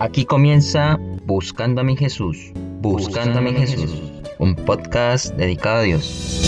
Aquí comienza Buscando a mi Jesús, Buscando, a mi Jesús, un podcast dedicado a Dios.